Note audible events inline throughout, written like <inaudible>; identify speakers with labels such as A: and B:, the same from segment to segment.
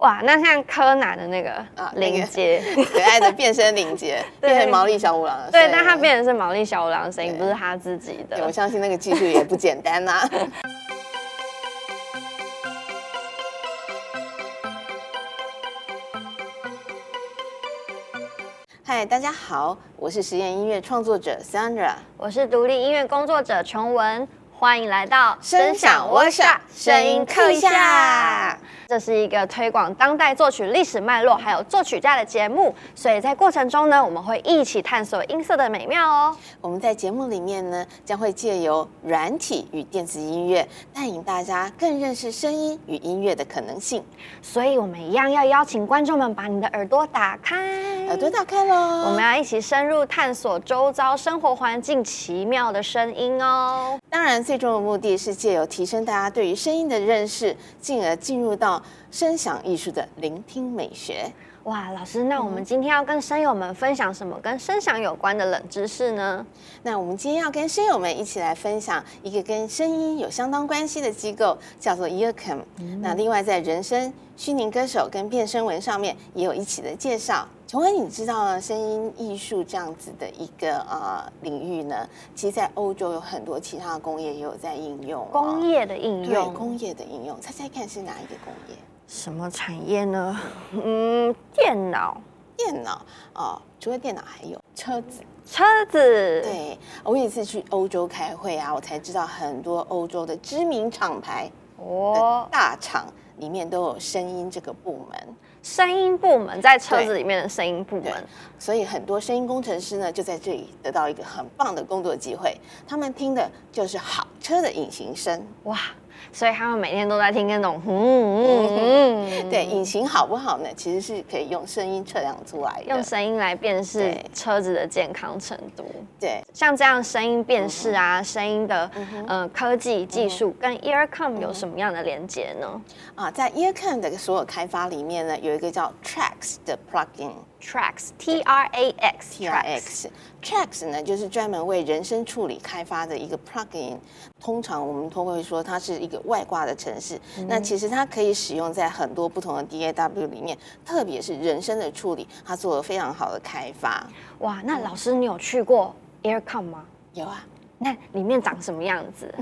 A: 哇，那像柯南的那个
B: 啊那个
A: 林
B: <laughs>
A: 杰，
B: 可爱的变身领结，
A: 对
B: 变成毛利小五郎了。
A: 对，
B: 所以
A: 但他变成是毛利小五郎的声音，不
B: 对
A: 是他自己
B: 对我
A: 的。
B: 相信那个技术也不简单啊呐、 <laughs> 嗨，大家好，我是实验音乐创作者 Sandra。
A: 我是独立音乐工作者琼文，欢迎来到
B: 声响 workshop，声音课一下。
A: 这是一个推广当代作曲历史脉络，还有作曲家的节目，所以在过程中呢，我们会一起探索音色的美妙哦。
B: 我们在节目里面呢，将会借由软体与电子音乐，带领大家更认识声音与音乐的可能性。
A: 所以我们一样要邀请观众们把你的耳朵打开，
B: 耳朵打开喽！
A: 我们要一起深入探索周遭生活环境奇妙的声音哦。
B: 当然，最终的目的是借由提升大家对于声音的认识，进而进入到声响艺术的聆听美学。
A: 哇，老师，那我
B: 嗯
A: 们今天要跟声友们分享什么跟声响有关的冷知识呢？
B: 那我们今天要跟声友们一起来分享一个跟声音有相当关系的机构，叫做 Earcam。那
A: 嗯
B: 另外在人声、虚拟歌手跟变声文上面也有一起的介绍。琼恩，你知道了声音艺术这样子的一个呃领域呢，其实在欧洲有很多其他的工业也有在应用、
A: 工
B: 业
A: 业的应
B: 对
A: 用，
B: 工业的应用，猜猜看是哪一个工业？
A: 什么产业呢？ <laughs> 嗯，电脑、
B: 电脑哦，除了电脑还有车子。
A: 车子，，
B: 对，我有一次去欧洲开会啊，我才知道很多欧洲的知名厂牌的
A: 哦，
B: 大厂里面都有声音这个部门，
A: 声音部门在车子
B: 对
A: 里面的声音部
B: 对
A: 门，
B: 所以很多声音工程师呢就在这里得到一个很棒的工作机会。他们听的就是好车的引擎声，
A: 哇，所以他们每天都在听那种，嗯嗯嗯，
B: 对，引擎好不好呢？其实是可以用声音测量出来的。
A: <laughs> 用声音来辨识
B: 对
A: 车子的健康程度。
B: 对，
A: 像这样声音
B: 嗯
A: 辨识啊，声音的呃科技技术跟 Earcom
B: 嗯
A: 有什么样的连接呢
B: 啊，在 Earcam 的所有开发里面呢，有一个叫 Tracks 的 plugin。
A: ？Tracks T R A X
B: T R X Tracks 呢，就是专门为人声处理开发的一个 plugin。通常我们都会说它是一个外挂的程式，那其实它可以使用在很多不同的 DAW 里面，特别是人声的处理，它做了非常好的开发。
A: 哇，
B: 嗯
A: 那老师你有去过 Earcom 吗？
B: 有啊，
A: 那里面长什么样子？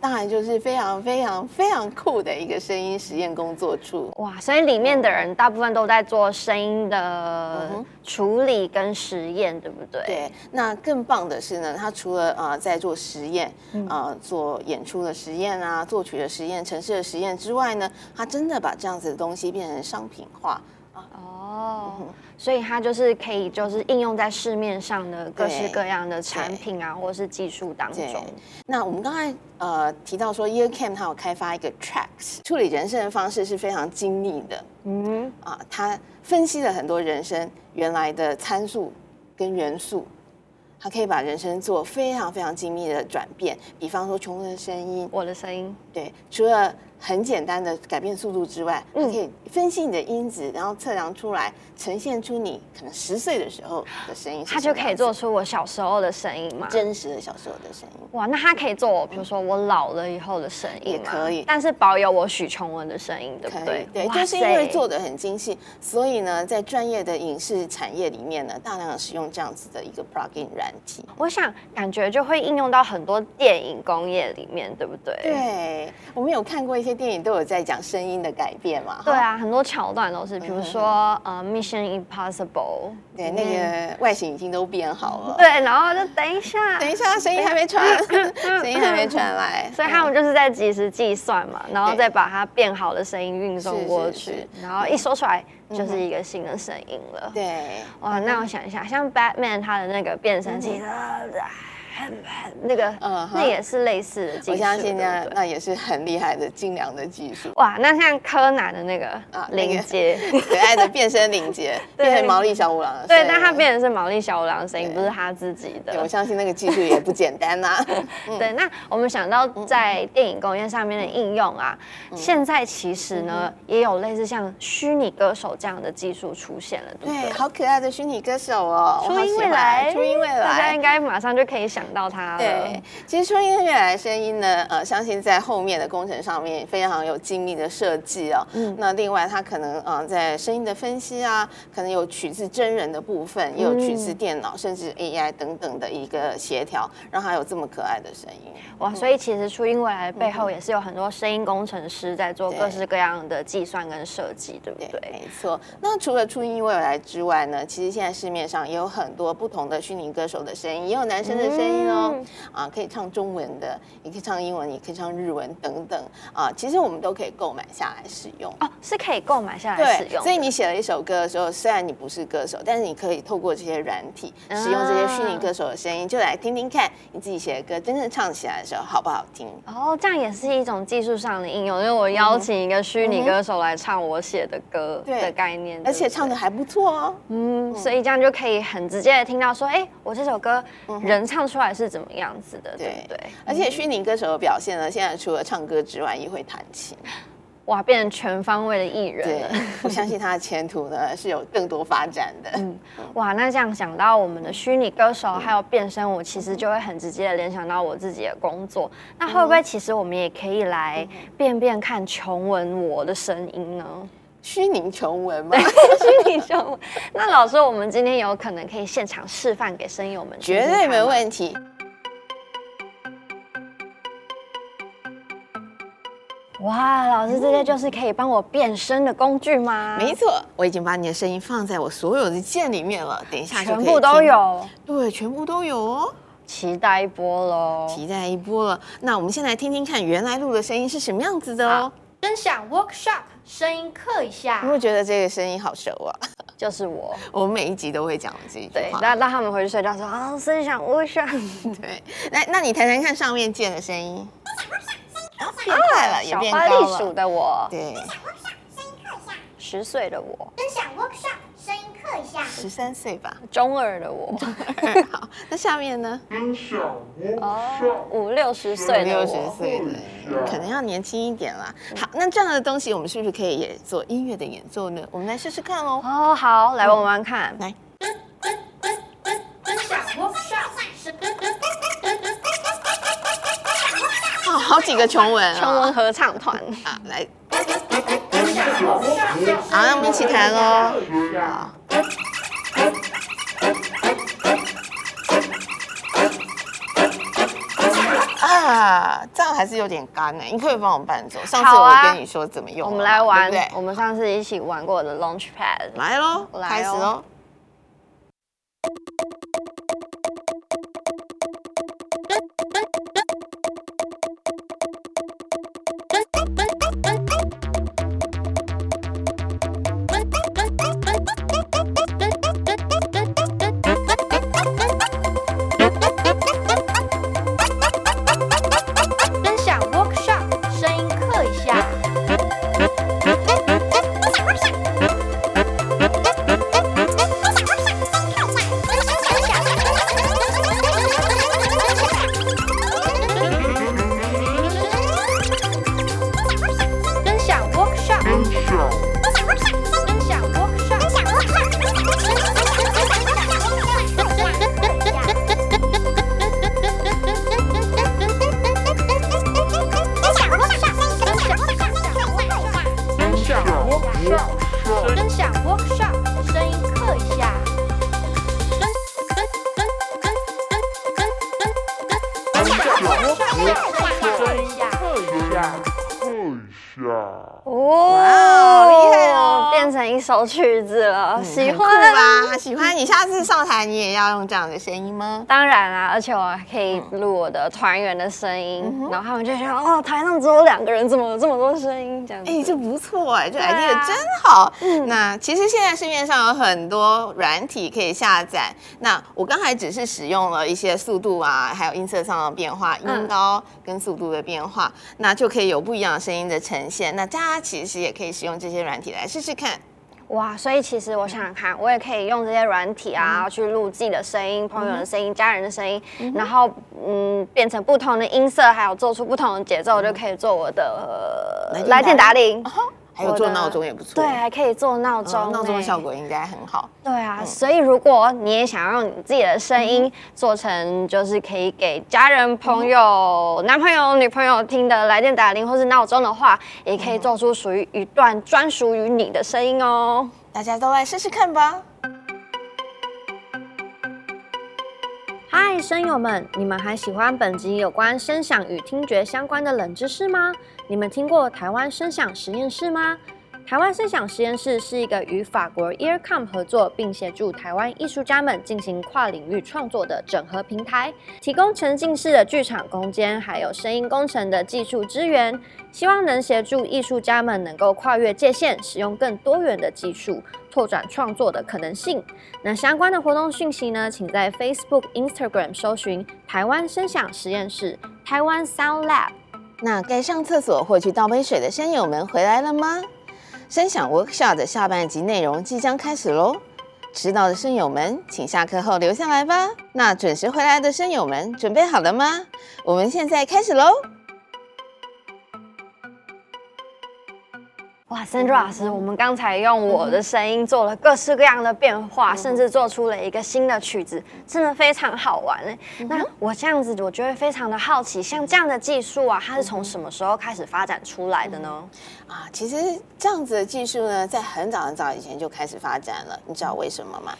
B: 当然就是非常非常非常酷的一个声音实验工作处。
A: 哇，所以里面的人大部分都在做声音的处理跟实验，对不对？。
B: 嗯对，那更棒的是呢，它除了呃在做实验，呃做演出的实验啊，作曲的实验、城市的实验之外呢，它真的把这样子的东西变成商品化。嗯
A: 哦，所以它就是可以就是应用在市面上的各式
B: 对
A: 各样的产品啊，或是技术当
B: 对
A: 中。
B: 那我们刚才呃提到说，Earcam 它有开发一个 Tracks 处理人声的方式是非常精密的
A: 嗯。
B: 啊，它分析了很多人声原来的参数跟元素。它可以把人声做非常非常精密的转变，比方说穷人的声音，
A: 我的声音
B: 对，除了很简单的改变速度之外，
A: 嗯
B: 它可以分析你的音质，然后测量出来，呈现出你可能十岁的时候的声音是
A: 它
B: 什么
A: 就
B: 样子，
A: 可以做出我小时候的声音嘛？
B: 真实的小时候的声音。
A: 哇，那它可以做我，比如说我老了以后的声音吗
B: 也可以
A: 但是保有我许琼文的声音，对不
B: 可以
A: 对，？
B: 对，
A: 哇
B: 就是因
A: 塞
B: 为做的很精细，所以呢，在专业的影视产业里面呢，大量的使用这样子的一个 plugin 软体。
A: 我想感觉就会应用到很多电影工业里面，对不对？
B: 对，啊我们有看过一些电影都有在讲声音的改变嘛？
A: 对
B: 哈，
A: 啊，很多桥段都是，比如说呃，《Mission Impossible》
B: 嗯对，
A: 里
B: 那
A: 面
B: 个外形已经都变好了。
A: 嗯对，然后就等一下，
B: 等一下，声音还
A: <laughs>
B: 没传，声音还没传来，
A: 所以他们就是在及时计算嘛，然后
B: 对
A: 再把它变好的声音运送
B: 是
A: 过
B: 是
A: 去
B: 是，嗯
A: 然后一说出来就是一个新的声音了。
B: 对。
A: 哇，那我想一下，像 Batman 他的那个变声器，那个
B: 嗯哼
A: 那也是类似的技术，
B: 我相信
A: 对
B: 那
A: 不对。
B: 那也是很厉害的精良的技术
A: 哇，那像柯南的那个
B: 啊那个 <laughs>
A: 林杰，
B: 可爱的变身
A: <laughs>
B: 领结，
A: 对
B: 变成毛利小五郎了。
A: 对，
B: 所以
A: 但他变成是毛利小五郎的声音，
B: 啊对嗯
A: 不是他自己
B: 对我
A: 的。
B: 相信那个技术也不简
A: <laughs>
B: 单呐。
A: 对，那我们想
B: 嗯
A: 到在电影工业上面的应用啊，现在其实
B: 嗯
A: 呢也有类似像虚拟歌手这样的技术出现了，对不
B: 对，
A: 对？
B: 好可爱的虚拟歌手哦，我
A: 初
B: 好
A: 音
B: 喜
A: 未
B: 欢
A: 来，
B: 初音未
A: 大家
B: 来
A: 应。该马上就可以想想到它了。
B: 对，其实春音未来的声音呢，呃，相信在后面的工程上面非常有精密的设计哦。嗯，那另外它可能呃在声音的分析啊，可能有取自真人的部分，也有取
A: 嗯
B: 自电脑、甚至 AI 等等的一个协调，让它有这么可爱的声音。
A: 哇，所以其实初音未来背
B: 嗯
A: 后也是有很多声音工程师在做各式各样的计算跟设计，对不对？
B: 对，没错。那除了初音未来之外呢，其实现在市面上也有很多不同的虚拟歌手的声音，也有男生的声音哦，
A: 嗯
B: 啊，可以唱中文的，也可以唱英文，也可以唱日文等等啊。其实我们都可以购买下来使用。
A: 哦，是可以购买下来使
B: 对，
A: 用。
B: 所以你写了一首歌的时候，虽然你不是歌手，但是你可以透过这些软体
A: 啊
B: 使用这些虚拟歌手的声音，就来听听看你自己写的歌真正唱起来的时候好不好听。
A: 哦，这样也是一种技术上的应用，因为我
B: 嗯
A: 邀请一个虚拟歌手来唱我写的歌
B: 对
A: 的概念，
B: 而
A: 对
B: 且
A: 不对
B: 唱的还不错哦，
A: 嗯，所以这样就可以很直接的听到说，哎、我这首歌人唱出来是怎么样子的，对
B: 嗯对
A: 不对？
B: 而且虚拟歌手的表现呢，现在除了唱歌之外，也会弹琴。
A: 哇，变成全方位的艺人
B: 对
A: 了。， <laughs>
B: 我相信他的前途呢是有更多发展的。
A: 嗯哇，那这样想到我们的虚拟歌手还有变声，我其实就会很直接的联想到我自己的工作。那会不
B: 嗯
A: 会其实我们也可以来变变看琼文我的声音呢？ <laughs>
B: 虚拟穷文嘛，
A: 虚拟琼文，那老师，我们今天有可能可以现场示范给声友们听
B: 绝
A: 听
B: 对
A: 看
B: 没
A: 吗
B: 问题。
A: 哇，老师，这些就是可以帮我变声的工具吗？
B: 没错，我已经把你的声音放在我所有的键里面了，等一下就
A: 全
B: 可以
A: 部都
B: 听。
A: 有，
B: 对，全部都有哦，
A: 期待一波喽！
B: 期待一波了。那我们先来听听看原来录的声音是什么样子的哦。
C: 声响 workshop 声音课一下
B: 你。会觉得这个声音好熟啊？ <laughs>
A: 就是我，
B: 我们每一集都会讲这一句
A: 对，
B: 话。
A: 让让他们回去睡觉说啊，声响我想，
B: 对，来，那你弹弹看上面键的声音。变快了，也
A: 啊小
B: 变
A: 花
B: 高
A: 栗鼠
B: 了。
A: 的我，
B: 对，
A: 十岁的我，
C: 声响 workshop 声音课一下。
B: 十三岁
A: <laughs>
B: 吧。 <laughs>
A: 中二的我，
B: 好，那下面呢？
D: 分享
A: 哦，
D: 我
A: 五六十岁的
B: 六十
A: 我，
B: 岁
A: 啊
B: 的，可能要年轻一点啦。
A: 嗯
B: 好，那这样的东西，我们是不是可以也做音乐的演奏呢？我们来试试看哦。
A: 哦，好，来玩玩看，
B: 来，
C: 声响 workshop 声
B: 哦，好几个琼文
A: 全
B: 啊，
A: 文合唱团，
B: <laughs> 啊，来，
D: 分享
B: 好，那我们一起弹喽。
D: 好，
B: 啊，这样还是有点干呢、你可以帮我们伴奏。上次
A: 好
B: 我
A: 啊
B: 跟你说怎么
A: 我
B: 用了嘛，
A: 们来玩
B: 对不
A: 我
B: 对？
A: 们上次一起玩过的 Launchpad，
B: 来喽，
A: 来哦
B: 开始喽。
C: 响 workshop 声音课一下。分享 workshop，
D: 分享
C: 分享 workshop，
D: 分享
C: 分享 workshop，声音课一下。分享 workshop，声音课一下。
D: 一下。
A: 哇
B: 厉害哦嗯
A: 变成一首曲子了，喜
B: 很酷
A: 欢。
B: 吧？喜欢你，下次上台你也要用这样的声音吗？
A: 当然啦、而且我还可以录我的团员的声音，
B: 嗯
A: 然后他们就想，哦，台上只有两个人，怎么有这么多声音？这样子。
B: 哎、这不错哎、这
A: 啊嗯
B: idea 真好。那其实现在市面上有很多软体可以下载。那我刚才只是使用了一些速度啊，还有音色上的变化，音
A: 嗯
B: 高跟速度的变化，那就可以有不一样的声音的呈现。那大家其实也可以使用这些软体来试试看。
A: 哇，所以其实
B: 嗯
A: 我想想看，我也可以用这些软体啊，去录自己的声
B: 嗯
A: 音、朋友的声音、家人的声音，然后嗯，变成不同的音色，还有做出不同的节奏，就可以做我的呃
B: 嗯来
A: 来
B: 电
A: 电
B: 打哦
A: 打铃。
B: 还有
A: 我
B: 做
A: 的
B: 闹钟也不错。
A: 对，还可以做闹钟、
B: 嗯闹钟的
A: 欸
B: 效果应嗯该很好。
A: 对啊，所以如果你也想让你自己的声
B: 嗯
A: 音做成，就是可以给家人、朋
B: 嗯
A: 友、男朋友、女朋友听的来电打铃或是闹钟的话，也
B: 嗯
A: 可以做出属于一段专属于你的声音哦。
B: 大家都来试试看吧。
A: 嗨，声友们，你们还喜欢本集有关声响与听觉相关的冷知识吗？你们听过台湾声响实验室吗？台湾声响实验室是一个与法国 Earcom 合作，并协助台湾艺术家们进行跨领域创作的整合平台，提供沉浸式的剧场空间，还有声音工程的技术支援，希望能协助艺术家们能够跨越界限，使用更多元的技术，拓展创作的可能性。那相关的活动讯息呢，请在 Facebook、Instagram 搜寻“台湾声响实验室”、“台湾 Sound Lab”。
B: 那该上厕所或去倒杯水的山友们回来了吗？声响 Workshop 的下半集内容即将开始喽！迟到的声友们，请下课后留下来吧。那准时回来的声友们，准备好了吗？我们现在开始喽！
A: 哇，Sandra 老师，我们刚才用我的声音做了各式各样的变化，甚至做出了一个新的曲子，真的非常好玩哎。那我这样子，我就会非常的好奇，像这样的技术啊，它是从什么时候开始发展出来的呢？
B: 啊，其实这样子的技术呢，在很早很早以前就开始发展了。你知道为什么吗？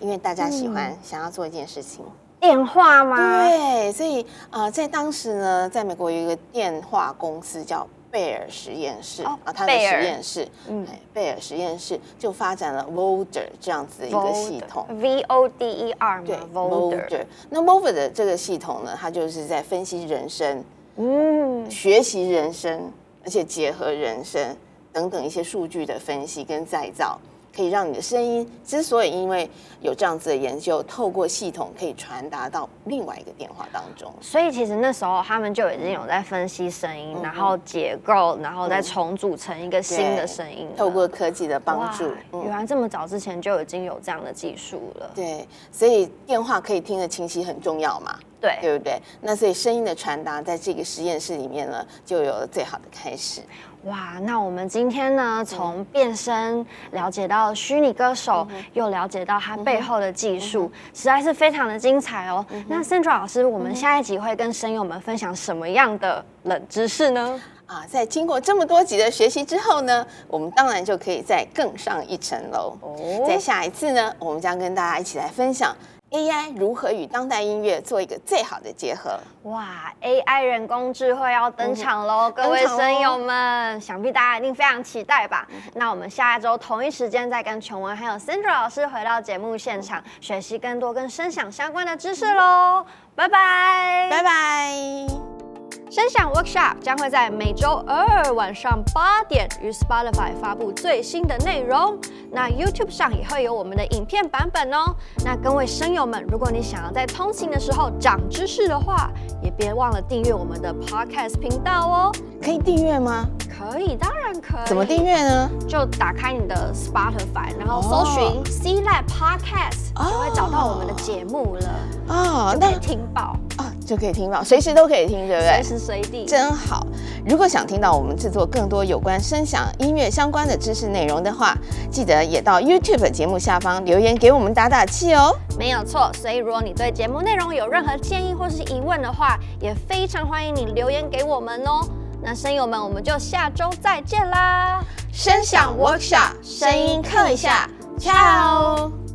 B: 因为大家喜欢、想要做一件事情，
A: 电话吗？
B: 对，所以呃，在当时呢，在美国有一个电话公司叫贝尔实验室
A: 哦
B: 啊，它的实
A: 贝尔
B: 验室，嗯
A: 嗯，
B: 贝尔实验室就发展了 Voder 这样子的一个系统。
A: ，V O D E R 吗
B: 对
A: ，Volder，
B: 那 Voder 的这个系统呢，它就是在分析人声、
A: 嗯，
B: 学习人声，而且结合人声等等一些数据的分析跟再造，可以让你的声音之所以因为有这样子的研究，透过系统可以传达到另外一个电话当中。
A: 所以其实那时候他们就已经有在分析声
B: 嗯
A: 音，然后结构，然后再重组成一个新的声音了，
B: 透过科技的帮助
A: 哇，
B: 嗯
A: 原来这么早之前就已经有这样的技术了，
B: 对，所以电话可以听得清晰很重要嘛，
A: 对
B: 对不对？那所以声音的传达在这个实验室里面呢，就有了最好的开始。
A: 哇，那我们今天呢，从变声了解到虚拟歌手，
B: 嗯
A: 又了解到它背后的技术，实在是非常的精彩哦。
B: 嗯
A: 那 Sandra 老师，我们下一集会跟声友们分享什么样的冷知识呢？
B: 啊，在经过这么多集的学习之后呢，我们当然就可以再更上一层楼。
A: 哦
B: 在下一次呢，我们将跟大家一起来分享 AI 如何与当代音乐做一个最好的结合。
A: 哇，AI 人工智慧要登场喽，各位
B: 嗯登场咯嗯
A: 声友们，想必大家一定非常期待吧？那我们下一周同一时间再跟琼文还有 Sandra 老师回到节目现场，学习更多跟声响相关的知识喽，拜拜，拜。
B: 拜拜。
A: 声响 Workshop 将会在每周二晚上八点于 Spotify 发布最新的内容。那 YouTube 上也会有我们的影片版本哦。那各位声友们，如果你想要在通勤的时候长知识的话，也别忘了订阅我们的 Podcast 频道哦。
B: 可以订阅吗？
A: 可以，当然可以。
B: 怎么订？阅呢？
A: 就打开你的 Spotify，然后搜
B: 哦
A: 寻 C Lab Podcast，、
B: 哦
A: 就会找到我们的节目了，
B: 哦
A: 就，
B: 那
A: 可以听报，
B: 啊就可以听到，随时都可以听，对不
A: 随？
B: 对
A: 时随地。
B: 真好！如果想听到我们制作更多有关声响、音乐相关的知识内容的话，记得也到 YouTube 节目下方留言给我们打打气哦。
A: 没有错，所以如果你对节目内容有任何建议或是疑问的话，也非常欢迎你留言给我们哦。那声友们，我们就下周再见啦！
B: 声响 Workshop 声音课一下，ciao。